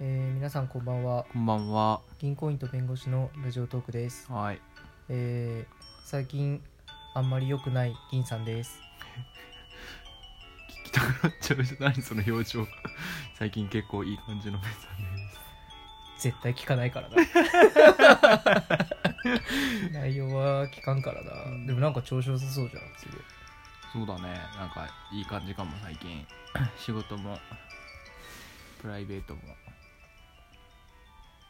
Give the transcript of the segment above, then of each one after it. えー皆さんこんばんはこんばんは。銀行員と弁護士のラジオトークです、はい。えー最近あんまり良くない銀さんです聞きたくなっちゃうじゃないその表情。 最近結構いい感じの目覚めです。絶対聞かない からな内容は聞かんからな、うんでもなんか調子良さそうじゃんすごいそうだね。なんかいい感じかも最 近。仕事もプライベートも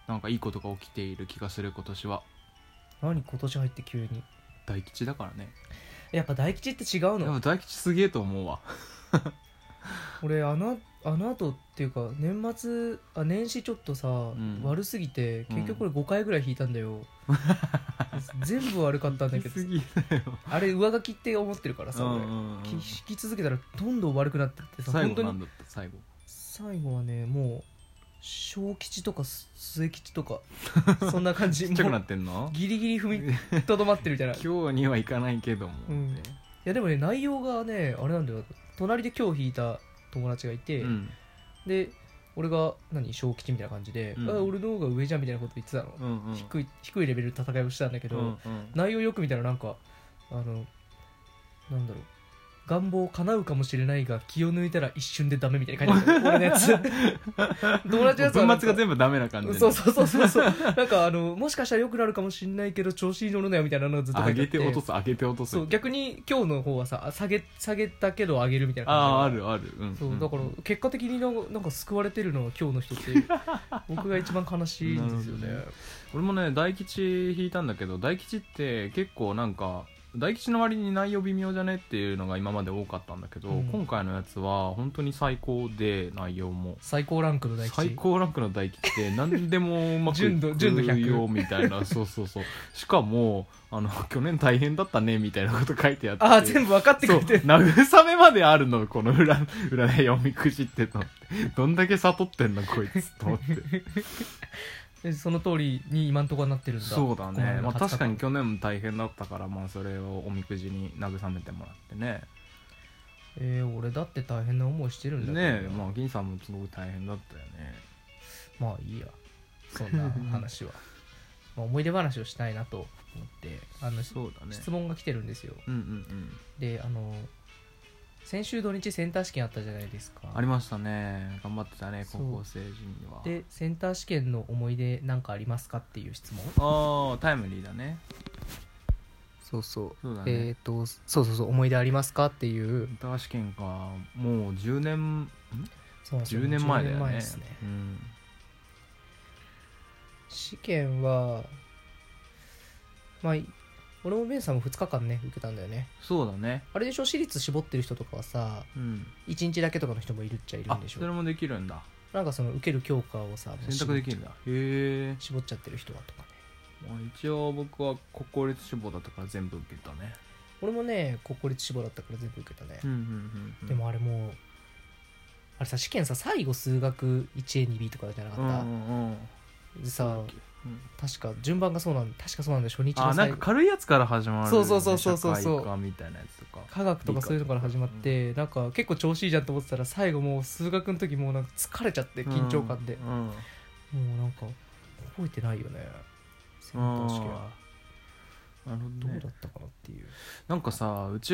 なんかいいことが起きている気がする今年は。何今年入って急に大吉だからね。やっぱ大吉って違うでのも大吉すげえと思うわ。俺あのあの後っていうか年末あ年始ちょっとさ、ん悪すぎて結局これ5回ぐらい引いたんだ よ、全部悪かったんだけどすぎだよ。あれ上書きって思ってるからうさ、んう俺んうんき引き続けたらどんどん悪くなってってさ最本後当なんにだった最後。最後はねもう小吉とか末吉とか そんな感じちっちゃくなもってんのう？ギリギリ踏みとどまってるみたいない今日にはいかないけども。うんやでもね内容がねあれなんだよ隣で今日引いた友達がいて、うん。で俺が何小吉みたいな感じで、うんあ俺の方が上じゃんみたいなこと言ってたの、うんうん。低い低いレベルで戦いをしたんだけど、うんうん内容よく見たらなんかあのなんだろう願望叶うかもしれないが気を抜いたら一瞬でダメみたいな感じだった俺のや つ友達のやつはな文ん末かが全部ダメな感じそうそうそうそうそうなんかあのもしかしたら良くなるかもしれないけど調子に乗るなよみたいなのがずっと書上いてあげってて落とす上げて落とすそう逆に今日の方はさあ下げ下げたけど上げるみたいな感じああーああるあるうんそんうだから結果的になんかなんか救われてるのは今日の人って僕が一番悲しいんですよねなる俺もね大吉引いたんだけど大吉って結構なんか大吉の割に内容微妙じゃねっていうのが今まで多かったんだけど、うん今回のやつは本当に最高で内容も最高ランクの大吉最高ランクの大吉って何でもうまくい純度純度く100よみたいなそうそうそうしかもあの去年大変だったねみたいなこと書いてあってああ全部分かってくそうれてる慰めまであるのこの裏占い読みくじってのどんだけ悟ってんのこいつと思ってでその通りに今んとこはなってるんだそうだね、まあ、確かに今日去年も大変だったから、まあ、それをおみくじに慰めてもらってねえー、俺だって大変な思いしてるんだねえけどなまあ銀さんもすごく大変だったよねまあいいやそんな話 はまあ思い出話をしたいなと思ってあの、そうだね質問が来てるんですようんうんうんであの先週土日センター試験あったじゃないですかありましたね頑張ってたねそ高う校生時にはでセンター試験の思い出なんかありますかっていう質問ああタイムリーだねそうそうそうだえねっ、とそうそうそう思い出ありますかっていうインター試験かもう10年んそうなんですよ10年前だよ10ねですねうん試験はまあい俺もベンさんも2日間ね受けたんだよねそうだねあれでしょ私立絞ってる人とかはさうん1日だけとかの人もいるっちゃいるあんでしそれょもできるんだなんかその受ける教科をさもう選択できるんだへえ絞っちゃってる人はとかねまあ一応僕は国公立志望だったから全部受けたね俺もね国公立志望だったから全部受けたね、うんうんうんでもあれもうあれさ試験さ最後数学 1A2B とかじゃなうんうかっんうんた、でさうん確か順番がそうなん確かそうなんだよ初日あのなん最か後軽いやつから始まるよねそうそうそうそうそうそう社会科みたいなやつとか科学とかそういうのから始まって、なんか結構調子いいじゃんと思ってたら最後もう数学の時もうなんか疲れちゃって緊張感でう、んうんもうなんか覚えてないよねセンター試験あーなるほどどうねだったかなっていう、なんかさうち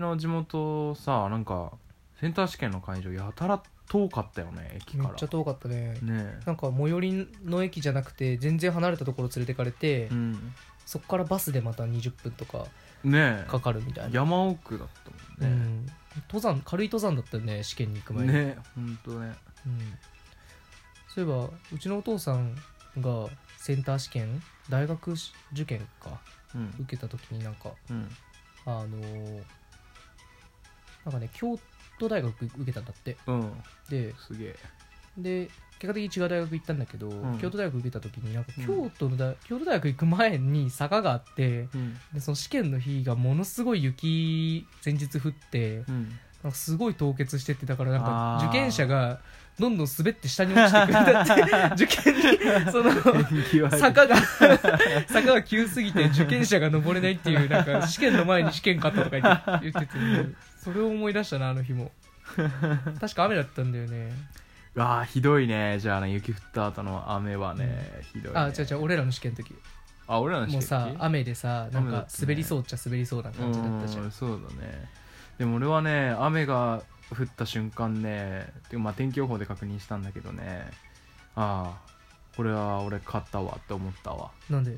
の地元さなんかセンター試験の会場やたら遠かったよね駅かめらっちゃ遠かったねねなんか最寄りの駅じゃなくて全然離れたところ連れてかれて、えうんそこからバスでまた20分とかねえかかるみたいな、山奥だったもうんねん、登山軽い登山だったよね試験に行く前に、ねえほんとねうん、そういえばうちのお父さんがセンター試験大学受験かうん受けた時になんかうんあのーなんかね京都大学受けたんだってうんですげえで結果的に違う大学行ったんだけど、ん京都大学受けた時になんかうん京都の大、京都大学行く前に坂があってうんでその試験の日がものすごい雪前日降ってうんなんかすごい凍結しててだからなんかあー受験者がどんどん滑って下に落ちてくるんだ って受験にその 坂が坂が急すぎて受験者が登れないっていうなんか試験の前に試験買ったとか 言って言っててそれを思い出したなあの日も確か雨だったんだよねああひどいねじゃあね雪降った後の雨はね、ひどい、ね、あ違う違う俺らの試験の時あ俺らのもうさ雨でさなん雨だかったね滑りそうっちゃ滑りそうな感じだったじゃんうんそうだねでも俺はね雨が降った瞬間ねてかまあ天気予報で確認したんだけどねああこれは俺勝ったわって思ったわなんで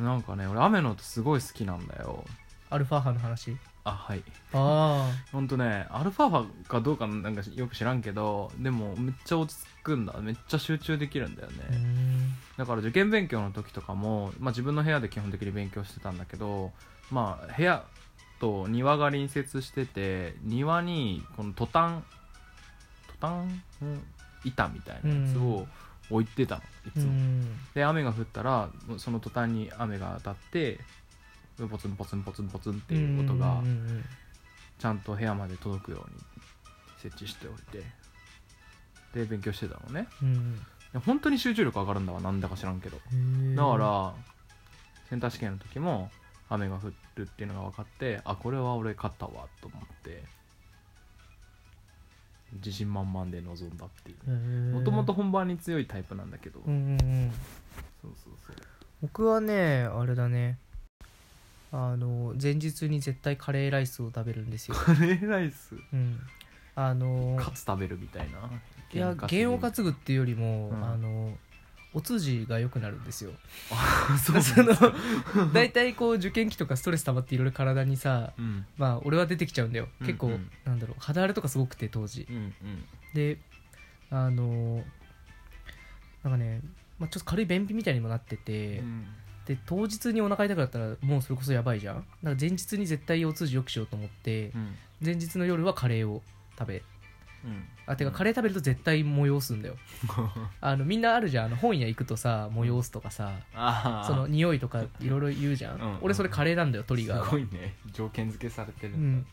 なんかね俺雨の音すごい好きなんだよアルファ波の話あはいあほんとねアルファ波かどうかなんかよく知らんけどでもめっちゃ落ち着くんだめっちゃ集中できるんだよね、あうんだから受験勉強の時とかも、まあ、自分の部屋で基本的に勉強してたんだけど、まあ、部屋と庭が隣接してて庭にこのトタントタン、うん板みたいなやつを置いてたのいつも、うんで雨が降ったらもうそのトタンに雨が当たってポツンポツンポツンポツンっていう音がうんうんうんちゃんと部屋まで届くように設置しておいてで勉強してたのねうんで本当に集中力上がるんだわなんだか知らんけどうんへーだからセンター試験の時も雨が降るっていうのが分かってあこれは俺勝ったわと思って自信満々で臨んだっていうへーもともと本番に強いタイプなんだけど、うんうんうんそうそうそう僕はねあれだねあの前日に絶対カレーライスを食べるんです よ、カレーライスうん、あのカツ食べるみたいないや験を担ぐっていうよりも、うんあのお通じが良くなるんですよ そうな んそでのすか大体こう受験期とかストレス溜まっていろいろ体にさうんまあ俺は出てきちゃうんだよ結構、うんうんなんだろう肌荒れとかすごくて当時うんうんであのなんかね、まあ、ちょっと軽い便秘みたいにもなってて、うんで当日にお腹痛くなったらもうそれこそやばいじゃんだから前日に絶対腰痛時よくしようと思って、うん前日の夜はカレーを食べうんあてかカレー食べると絶対催すんだよあのみんなあるじゃんあの本屋行くとさ催すとかさ あーその匂いとかいろいろ言うじゃん、うんうん俺それカレーなんだよトリガーはすごいね条件付けされてるうんん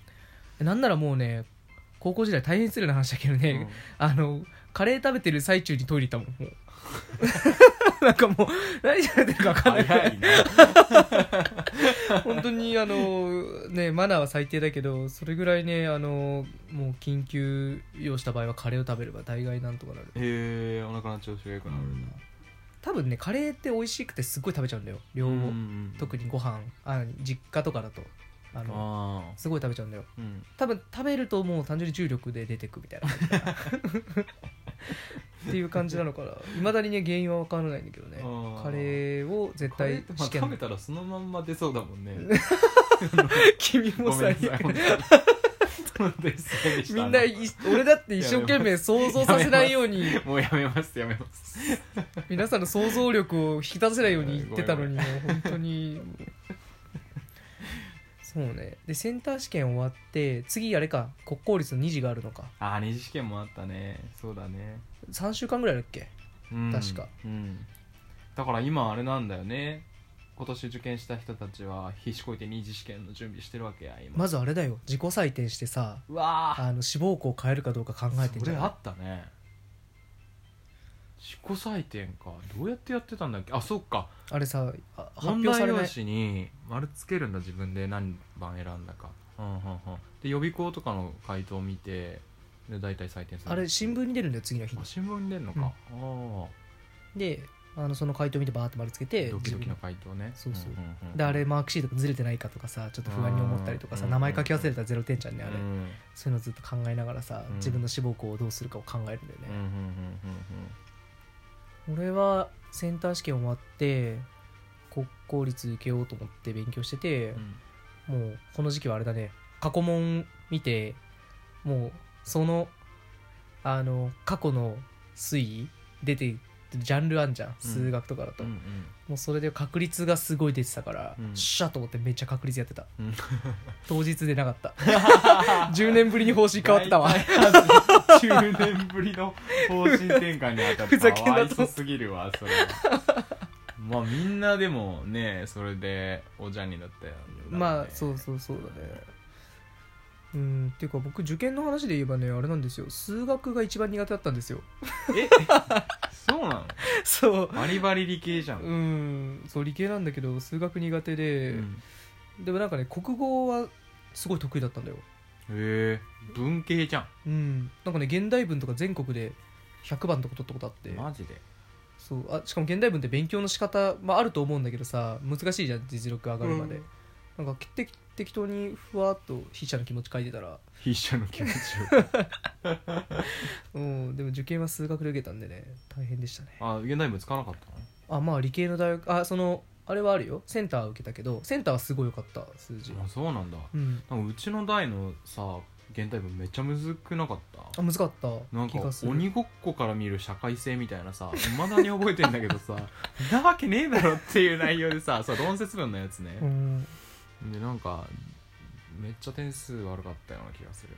なんならもうね高校時代大変失礼な話だけどだ、ね、うん あのカレー食べてる最中にトイレ行ったもんも うなんかもう何喋ってるか分かんない早いな本当にあのねマナーは最低だけどそれぐらいねあのもう緊急用した場合はカレーを食べれば大概なんとかなるへえお腹の調子が良くなるんだ多分ねカレーって美味しくてすっごい食べちゃうんだよ両方、うん特にご飯あ実家とかだとあのあすごい食べちゃうんだよあうん多分食べるともう単純に重力で出てくみた いなっていう感じなのかないまだにね原因は分からないんだけどねあーカレーを絶カレー対ってまあ試食験べでたらそのまんま出そうだもんね君ご もめんなさ最い悪本当に本当にそうでしたみんない俺だって一生懸命想像させないようにもうやめますやめます皆さんの想像力を引き出せないように言ってたのにもう本当にそうねでセンター試験終わって次あれか国公立の2次があるのかああ二次試験もあったねそうだね3週間ぐらいだっけうん確かうんだから今あれなんだよね今年受験した人たちは必死こいて二次試験の準備してるわけや今まずあれだよ自己採点してさうわーあの志望校を変えるかどうか考えてんそじゃれなあいったね自己採点かどうやってやってたんだっけあそっかあれさあ発問表題されな用い紙に丸つけるんだ自分で何番選んだか、うんうんうん、で予備校とかの回答を見てで大体採点するあれ新聞に出るんだよ次の日にあ新聞に出るのか、あであのその回答見てバーって丸つけあてドキドキ自分の回答ねそうそうんんんであれマークシートがずれてないかとかさちょっと不安に思ったりとかさうん名前書き忘れたらゼロ点じゃんねあれ、うんうんそういうのずっと考えながらさ、うん自分の志望校をどうするかを考えるんだようんうんね、うん俺はセンター試験終わって国公立受けようと思って勉強しててうんう、んもうこの時期はあれだね過去問見てもうそのあの過去の推移出てるジャンルあんじゃん数学とかだと、うんもうそれで確率がすごい出てたから、うんシャッと思ってめっちゃ確率やってたうんうん当日でなかった 10年ぶりに方針変わってたわ大体10年 ぶりの方針転換に当たっ たふざけんなとかわいそうすぎるわそれはまあみんなでもねそれでおじゃんになったよ、 まあそうそうそうだねうんっていうか僕受験の話で言えばねあれなんですよ数学が一番苦手だったんです よえそうなの そうバリバリ理系じゃん、うんそう理系なんだけど数学苦手で、うんでもなんかね国語はすごい得意だったんだよへえ文系じゃんうんなんかね現代文とか全国で100番とか取ったことあってマジでそうあしかも現代文って勉強の仕方まああると思うんだけどさ難しいじゃん実力上がるまで、うんなんか適適当にふわっと筆者の気持ち書いてたら筆者の気持ちをうんでも受験は数学で受けたんでね大変でしたね あ現代文使わなかっあまあ理系の大学あそのあれはあるよセンターは受けたけどセンターはすごい良かった数字たのあそうなんだうんなんかうちの代のさ現代文めっちゃむずくなかったあ難かったなん気かがする鬼ごっこから見る社会性みたいなさいまだに覚えてんだけどさ なわけねえだろっていう内容でさそう論説文のやつねう、んでなんかめっちゃ点数悪かったような気がする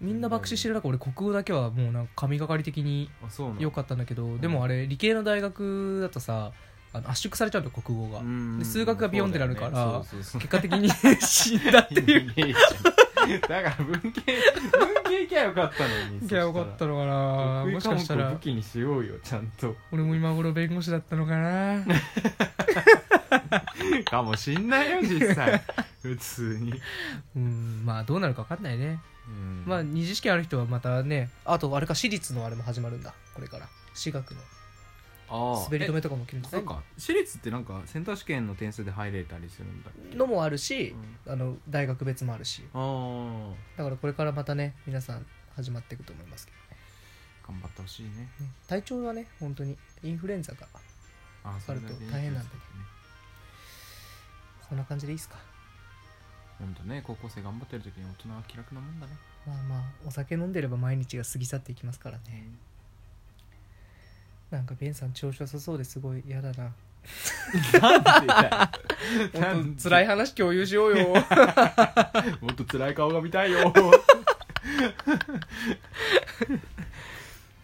みんな爆死してる中俺国語だけはもうなんか神がかり的にあそうなん良かったんだけど、んでもあれ理系の大学だとさあの圧縮されちゃうんだよ国語が、うんで数学がビヨンってなるからそうだよねそうそうそう結果的に死んだっていう いやいやだから文系文系行きゃよかったのにいやよかったのかそしたらな得意もしかした科目をら武器にしようよちゃんと俺も今頃弁護士だったのかなかもしんないよ実際普通に、うんまあどうなるか分かんないね、まあ二次試験ある人はまたねあとあれか私立のあれも始まるんだこれから私学のあ滑り止めとかも来るんですそねうか私立ってなんかセンター試験の点数で入れたりするんだっけのもあるしう、あの大学別もあるしん、ああだからこれからまたね皆さん始まっていくと思いますけ頑張ってほしいねどね体調はね本当にインフルエンザがああると大変なんだけどこんな感じでいいですか本当ね高校生頑張ってる時に大人は気楽なもんだねまあまあお酒飲んでれば毎日が過ぎ去っていきますから ねなんかベンさん調子良さそうですごい嫌だな なんで辛い話共有しようよもっと辛い顔が見たいよ